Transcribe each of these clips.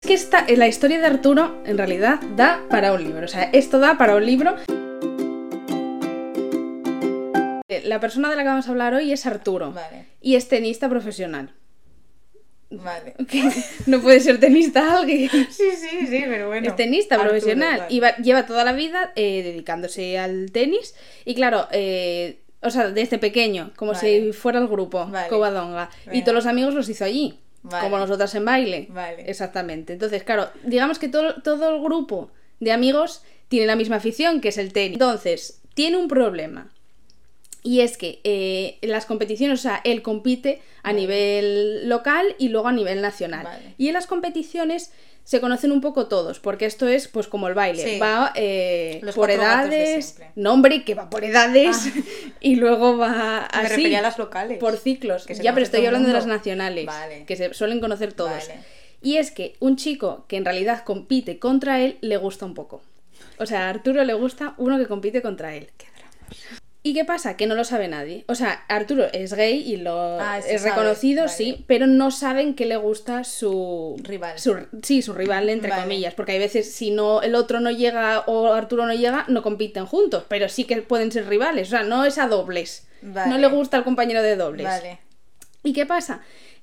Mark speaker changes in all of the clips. Speaker 1: que esta, eh, la historia de Arturo en realidad da para un libro. O sea, esto da para un libro. Eh, La persona de la que vamos a hablar hoy es Arturo.
Speaker 2: Vale.
Speaker 1: Y es tenista profesional.
Speaker 2: Vale.
Speaker 1: Que no puede ser tenista alguien.
Speaker 2: Sí, sí, sí, pero bueno.
Speaker 1: Es tenista
Speaker 2: Arturo,
Speaker 1: profesional.
Speaker 2: vale.
Speaker 1: y va- lleva toda la vida eh, dedicándose al tenis. Y claro, eh, o sea, desde pequeño, como
Speaker 2: Vale.
Speaker 1: si fuera el grupo
Speaker 2: Vale.
Speaker 1: Covadonga. Y
Speaker 2: Venga.
Speaker 1: todos los amigos los hizo allí.
Speaker 2: Vale.
Speaker 1: Como nosotras en baile.
Speaker 2: Vale.
Speaker 1: Exactamente. Entonces, claro, digamos que todo, todo el grupo de amigos tiene la misma afición, que es el tenis. Entonces, tiene un problema. Y es que eh, las competiciones, o sea, él compite a nivel local y luego a nivel nacional.
Speaker 2: Vale.
Speaker 1: Y en las competiciones se conocen un poco todos, porque esto es pues como el baile.
Speaker 2: Sí.
Speaker 1: Va eh,
Speaker 2: Los
Speaker 1: por
Speaker 2: cuatro gatos de
Speaker 1: edades,
Speaker 2: siempre. Ah.
Speaker 1: nombre que va por edades y luego va así.
Speaker 2: Me refería a las locales.
Speaker 1: Por ciclos.
Speaker 2: Que se
Speaker 1: Ya, pero
Speaker 2: conoce todo
Speaker 1: estoy
Speaker 2: el
Speaker 1: hablando de las
Speaker 2: mundo.
Speaker 1: nacionales,
Speaker 2: Vale.
Speaker 1: que se suelen conocer todos.
Speaker 2: Vale.
Speaker 1: Y es que un chico que en realidad compite contra él le gusta un poco. O sea, a Arturo le gusta uno que compite contra él. ¿Y qué pasa? Que no lo sabe nadie. O sea, Arturo es gay y lo
Speaker 2: Ah, se
Speaker 1: es
Speaker 2: sabe,
Speaker 1: reconocido,
Speaker 2: vale.
Speaker 1: sí, pero no saben que le gusta su
Speaker 2: Rival.
Speaker 1: su- sí, su rival entre
Speaker 2: Vale.
Speaker 1: comillas, porque hay veces si no el otro no llega o Arturo no llega, no compiten juntos, pero sí que pueden ser rivales, o sea, no es a dobles.
Speaker 2: Vale.
Speaker 1: No le gusta el compañero de dobles.
Speaker 2: Vale.
Speaker 1: ¿Y qué pasa?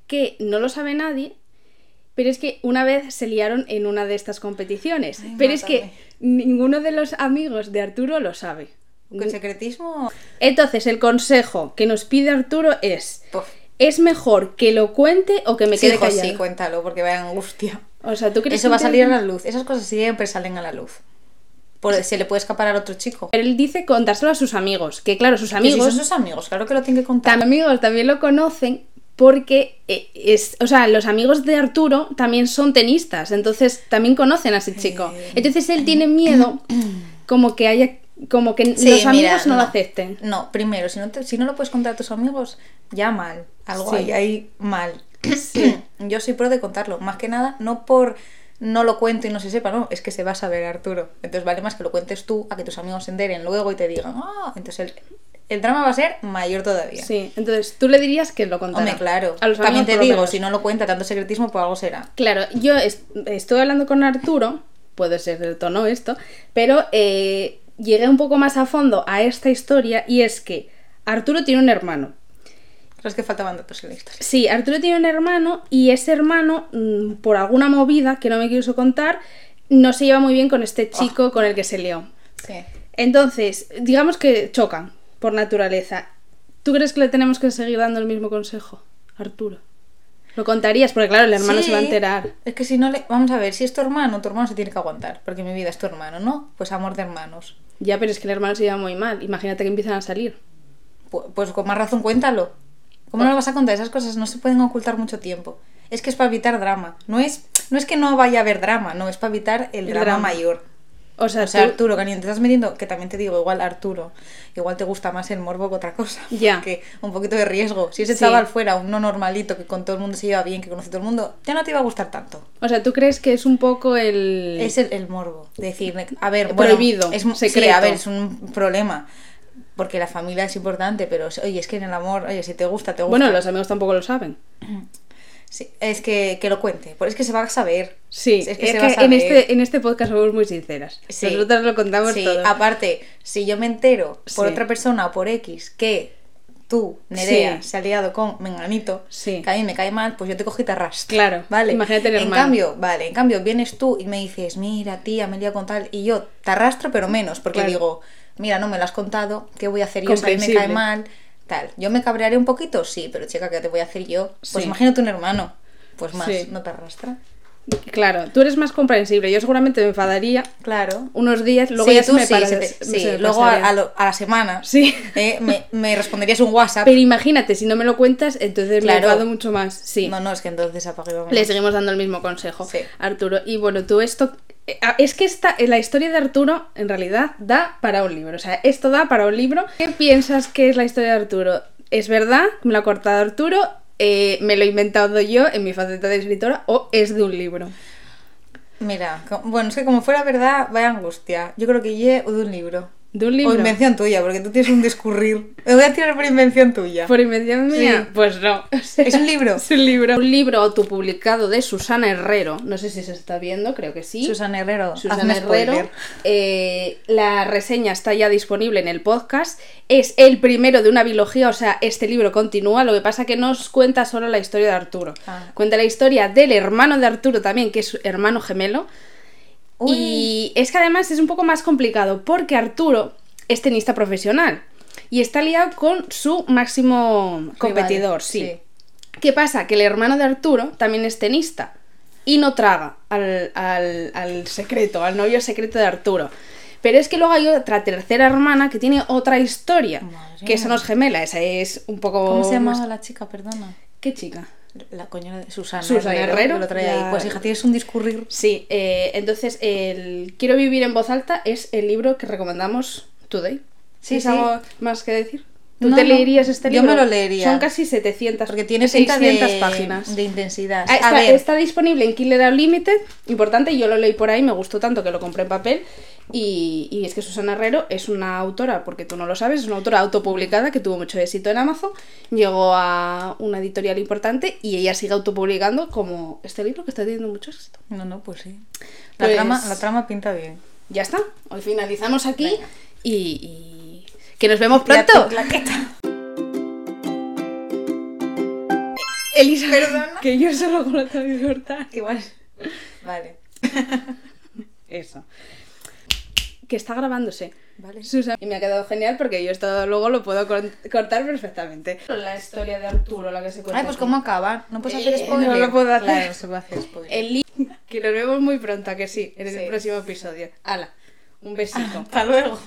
Speaker 1: Que no lo sabe nadie, pero es que una vez se liaron en una de estas competiciones.
Speaker 2: Ay,
Speaker 1: pero es que
Speaker 2: mátame.
Speaker 1: ninguno de los amigos de Arturo lo sabe.
Speaker 2: ¿Con secretismo?
Speaker 1: Entonces, el consejo que nos pide Arturo es:
Speaker 2: Puf.
Speaker 1: ¿es mejor que lo cuente o que me
Speaker 2: Sí,
Speaker 1: quede
Speaker 2: hijo,
Speaker 1: callado?
Speaker 2: sí, cuéntalo, porque vaya angustia.
Speaker 1: o sea, ¿tú crees
Speaker 2: Eso
Speaker 1: que
Speaker 2: va a salir a
Speaker 1: intenta-
Speaker 2: la luz. Esas cosas siempre salen a la luz. Por- se le puede escapar al otro chico.
Speaker 1: Pero él dice contárselo a sus amigos, que claro, sus
Speaker 2: Que si
Speaker 1: amigos.
Speaker 2: son sus amigos, claro que lo tienen que
Speaker 1: Tan
Speaker 2: contar.
Speaker 1: amigos también lo conocen porque eh, es, o sea, los amigos de Arturo también son tenistas, entonces también conocen a ese chico. Entonces él tiene miedo como que haya como que
Speaker 2: Sí,
Speaker 1: los
Speaker 2: mira,
Speaker 1: amigos no, lo acepten.
Speaker 2: No, primero, si no, te- si no lo puedes contar a tus amigos, ya mal. Algo
Speaker 1: Sí.
Speaker 2: hay ahí mal. Yo soy pro de contarlo. Más que nada, no por no lo cuento y no se sepa, no, es que se va a saber, Arturo. Entonces vale más que lo cuentes tú a que tus amigos se enteren luego y te digan, ah, entonces el, el drama va a ser mayor todavía.
Speaker 1: Sí, entonces tú le dirías que lo contara.
Speaker 2: Hombre, claro.
Speaker 1: A los
Speaker 2: También
Speaker 1: amigos,
Speaker 2: te
Speaker 1: por lo
Speaker 2: digo,
Speaker 1: menos.
Speaker 2: si no lo cuenta tanto secretismo, pues algo será.
Speaker 1: Claro, yo est- estuve hablando con Arturo, puede ser del tono esto, pero eh, llegué un poco más a fondo a esta historia y es que Arturo tiene un hermano.
Speaker 2: Pero es que faltaban datos en la historia.
Speaker 1: Sí, Arturo tiene un hermano y ese hermano, mm, por alguna movida que no me quiso contar, no se lleva muy bien con este
Speaker 2: Ah.
Speaker 1: chico con el que se lió.
Speaker 2: Sí.
Speaker 1: Entonces, digamos que chocan por naturaleza. ¿Tú crees que le tenemos que seguir dando el mismo consejo, Arturo? Lo contarías, porque claro, el hermano se va a
Speaker 2: Sí.
Speaker 1: enterar.
Speaker 2: Es que si no le. Vamos a ver, si es tu hermano, tu hermano se tiene que aguantar. Porque mi vida es tu hermano, ¿no? Pues amor de hermanos.
Speaker 1: Ya, pero es que el hermano se lleva muy mal. Imagínate que empiezan a salir.
Speaker 2: Pu- Pues con más razón, cuéntalo. ¿Cómo no lo vas a contar? Esas cosas no se pueden ocultar mucho tiempo. Es que es para evitar drama. No es, no es que no vaya a haber drama, no, es para evitar el,
Speaker 1: El
Speaker 2: drama,
Speaker 1: drama.
Speaker 2: mayor.
Speaker 1: O sea,
Speaker 2: O sea,
Speaker 1: tú-
Speaker 2: Arturo, cariño, te estás metiendo, que también te digo, igual Arturo, igual te gusta más el morbo que otra cosa.
Speaker 1: Ya.
Speaker 2: Que un poquito de riesgo. Si ese
Speaker 1: Sí.
Speaker 2: chaval fuera un no normalito, que con todo el mundo se lleva bien, que conoce todo el mundo, ya no te iba a gustar tanto.
Speaker 1: o sea, tú crees que es un poco el...
Speaker 2: Es el, el morbo. Decir, a ver,
Speaker 1: Eh,
Speaker 2: bueno,
Speaker 1: prohibido,
Speaker 2: es, sí,
Speaker 1: secreto.
Speaker 2: a ver, es un problema. Porque la familia es importante, pero oye, es que en el amor, oye, si te gusta, te gusta.
Speaker 1: Bueno, los amigos tampoco lo saben.
Speaker 2: Sí, es que, que lo cuente. Pues es que se va a saber.
Speaker 1: Sí,
Speaker 2: es
Speaker 1: es
Speaker 2: que
Speaker 1: que,
Speaker 2: se va a
Speaker 1: en,
Speaker 2: saber.
Speaker 1: este, en este podcast somos muy sinceras.
Speaker 2: Sí.
Speaker 1: Nosotras lo contamos
Speaker 2: Sí,
Speaker 1: todo.
Speaker 2: aparte, si yo me entero por
Speaker 1: Sí.
Speaker 2: otra persona o por X que tú, Nerea,
Speaker 1: Sí.
Speaker 2: se ha liado con Menganito,
Speaker 1: Sí.
Speaker 2: que a mí me cae mal, pues yo te cogí y te arrastro.
Speaker 1: Claro,
Speaker 2: vale.
Speaker 1: imagínate el
Speaker 2: en
Speaker 1: hermano.
Speaker 2: cambio, vale, en cambio vienes tú y me dices, mira, tía, me he liado con tal, y yo te arrastro, pero menos, porque
Speaker 1: Claro.
Speaker 2: digo, mira, no me lo has contado, ¿qué voy a hacer yo? O sea, a mí me
Speaker 1: Comprensible.
Speaker 2: cae mal, tal. Yo me cabrearé un poquito, sí, pero chica, ¿qué te voy a hacer yo?
Speaker 1: Sí.
Speaker 2: Pues imagínate un hermano, pues más,
Speaker 1: Sí.
Speaker 2: no te arrastra.
Speaker 1: Claro, tú eres más comprensible. Yo seguramente me enfadaría
Speaker 2: Claro.
Speaker 1: unos días, luego
Speaker 2: sí,
Speaker 1: ya se
Speaker 2: tú
Speaker 1: me
Speaker 2: sí,
Speaker 1: paras-
Speaker 2: se
Speaker 1: me
Speaker 2: te- sí,
Speaker 1: se me
Speaker 2: luego a,
Speaker 1: pasaría.
Speaker 2: a lo- a la semana
Speaker 1: Sí.
Speaker 2: eh, me, me responderías un WhatsApp.
Speaker 1: Pero imagínate, si no me lo cuentas, entonces me
Speaker 2: Claro.
Speaker 1: enfado mucho más. Sí,
Speaker 2: No, no, es que entonces apague vamos.
Speaker 1: le seguimos dando el mismo consejo,
Speaker 2: Sí.
Speaker 1: Arturo. Y bueno, tú esto... eh, ah, Es que esta, eh, la historia de Arturo en realidad da para un libro. O sea, esto da para un libro. ¿Qué piensas que es la historia de Arturo? ¿Es verdad? ¿Me lo ha cortado Arturo? Eh, ¿Me lo he inventado yo en mi faceta de escritora? ¿O es de un libro?
Speaker 2: Mira, co- bueno, es que como fuera verdad, vaya angustia. Yo creo que ye de un libro.
Speaker 1: de un libro.
Speaker 2: O invención tuya, porque tú tienes un discurrir. Me voy a tirar por invención tuya.
Speaker 1: Por invención mía.
Speaker 2: Sí.
Speaker 1: Pues no. O sea,
Speaker 2: ¿Es un libro?
Speaker 1: Es un libro. Un libro autopublicado de Susana Herrero. No sé si se está viendo, creo que sí.
Speaker 2: Susana Herrero.
Speaker 1: Susana
Speaker 2: hazme
Speaker 1: Herrero.
Speaker 2: spoiler.
Speaker 1: Eh, la reseña está ya disponible en el podcast. Es el primero de una biología, o sea, este libro continúa. Lo que pasa que no os cuenta solo la historia de Arturo.
Speaker 2: Ah.
Speaker 1: Cuenta la historia del hermano de Arturo también, que es su hermano gemelo.
Speaker 2: Uy.
Speaker 1: Y es que además es un poco más complicado porque Arturo es tenista profesional y está liado con su máximo competidor, sí. ¿Qué pasa? Que el hermano de Arturo también es tenista y no traga al, al- al secreto, al novio secreto de Arturo. Pero es que luego hay otra tercera hermana que tiene otra historia,
Speaker 2: Madre
Speaker 1: que esa no es
Speaker 2: mía.
Speaker 1: gemela, esa es un poco...
Speaker 2: ¿Cómo se
Speaker 1: más-
Speaker 2: llamaba la chica? Perdona.
Speaker 1: ¿Qué chica?
Speaker 2: La coñera de Susana.
Speaker 1: Susana Herrero,
Speaker 2: que lo trae ahí.
Speaker 1: la-
Speaker 2: Pues hija, tienes un discurrir.
Speaker 1: Sí, eh, entonces el Quiero vivir en voz alta es el libro que recomendamos today.
Speaker 2: Sí,
Speaker 1: ¿Tienes
Speaker 2: sí.
Speaker 1: algo más que decir? ¿Tú
Speaker 2: No,
Speaker 1: te
Speaker 2: no.
Speaker 1: leerías este
Speaker 2: Yo
Speaker 1: libro?
Speaker 2: me lo leería.
Speaker 1: Son casi 700,
Speaker 2: Porque tiene pinta
Speaker 1: 600
Speaker 2: de,
Speaker 1: páginas.
Speaker 2: de intensidad.
Speaker 1: Ah,
Speaker 2: a
Speaker 1: Está,
Speaker 2: ver,
Speaker 1: está disponible en Killer Unlimited. Importante, yo lo leí por ahí, me gustó tanto que lo compré en papel. Y, y es que Susana Herrero es una autora, porque tú no lo sabes, es una autora autopublicada que tuvo mucho éxito en Amazon. Llegó a una editorial importante y ella sigue autopublicando como este libro que está teniendo mucho éxito.
Speaker 2: No, no, pues sí. La,
Speaker 1: Pues-
Speaker 2: trama, la trama pinta bien.
Speaker 1: Ya está, hoy finalizamos aquí
Speaker 2: Venga.
Speaker 1: y, y- que nos vemos
Speaker 2: La
Speaker 1: pronto.
Speaker 2: claqueta.
Speaker 1: Elisa,
Speaker 2: Perdona.
Speaker 1: que yo solo con la cabeza cortada.
Speaker 2: Igual. Vale.
Speaker 1: Eso. Que está grabándose.
Speaker 2: Vale.
Speaker 1: Susana. Y me ha quedado genial porque yo esto luego lo puedo con- cortar perfectamente. La historia de Arturo, la que se cuenta.
Speaker 2: Ay, pues cómo acabar. No puedes hacer
Speaker 1: Eh,
Speaker 2: spoiler.
Speaker 1: no lo puedo hacer. Eh,
Speaker 2: Claro, no se puede hacer spoiler.
Speaker 1: El li- Que nos vemos muy pronto, ¿a que sí, Ah. en el
Speaker 2: Sí.
Speaker 1: próximo episodio. Hala, un besito.
Speaker 2: Hasta luego.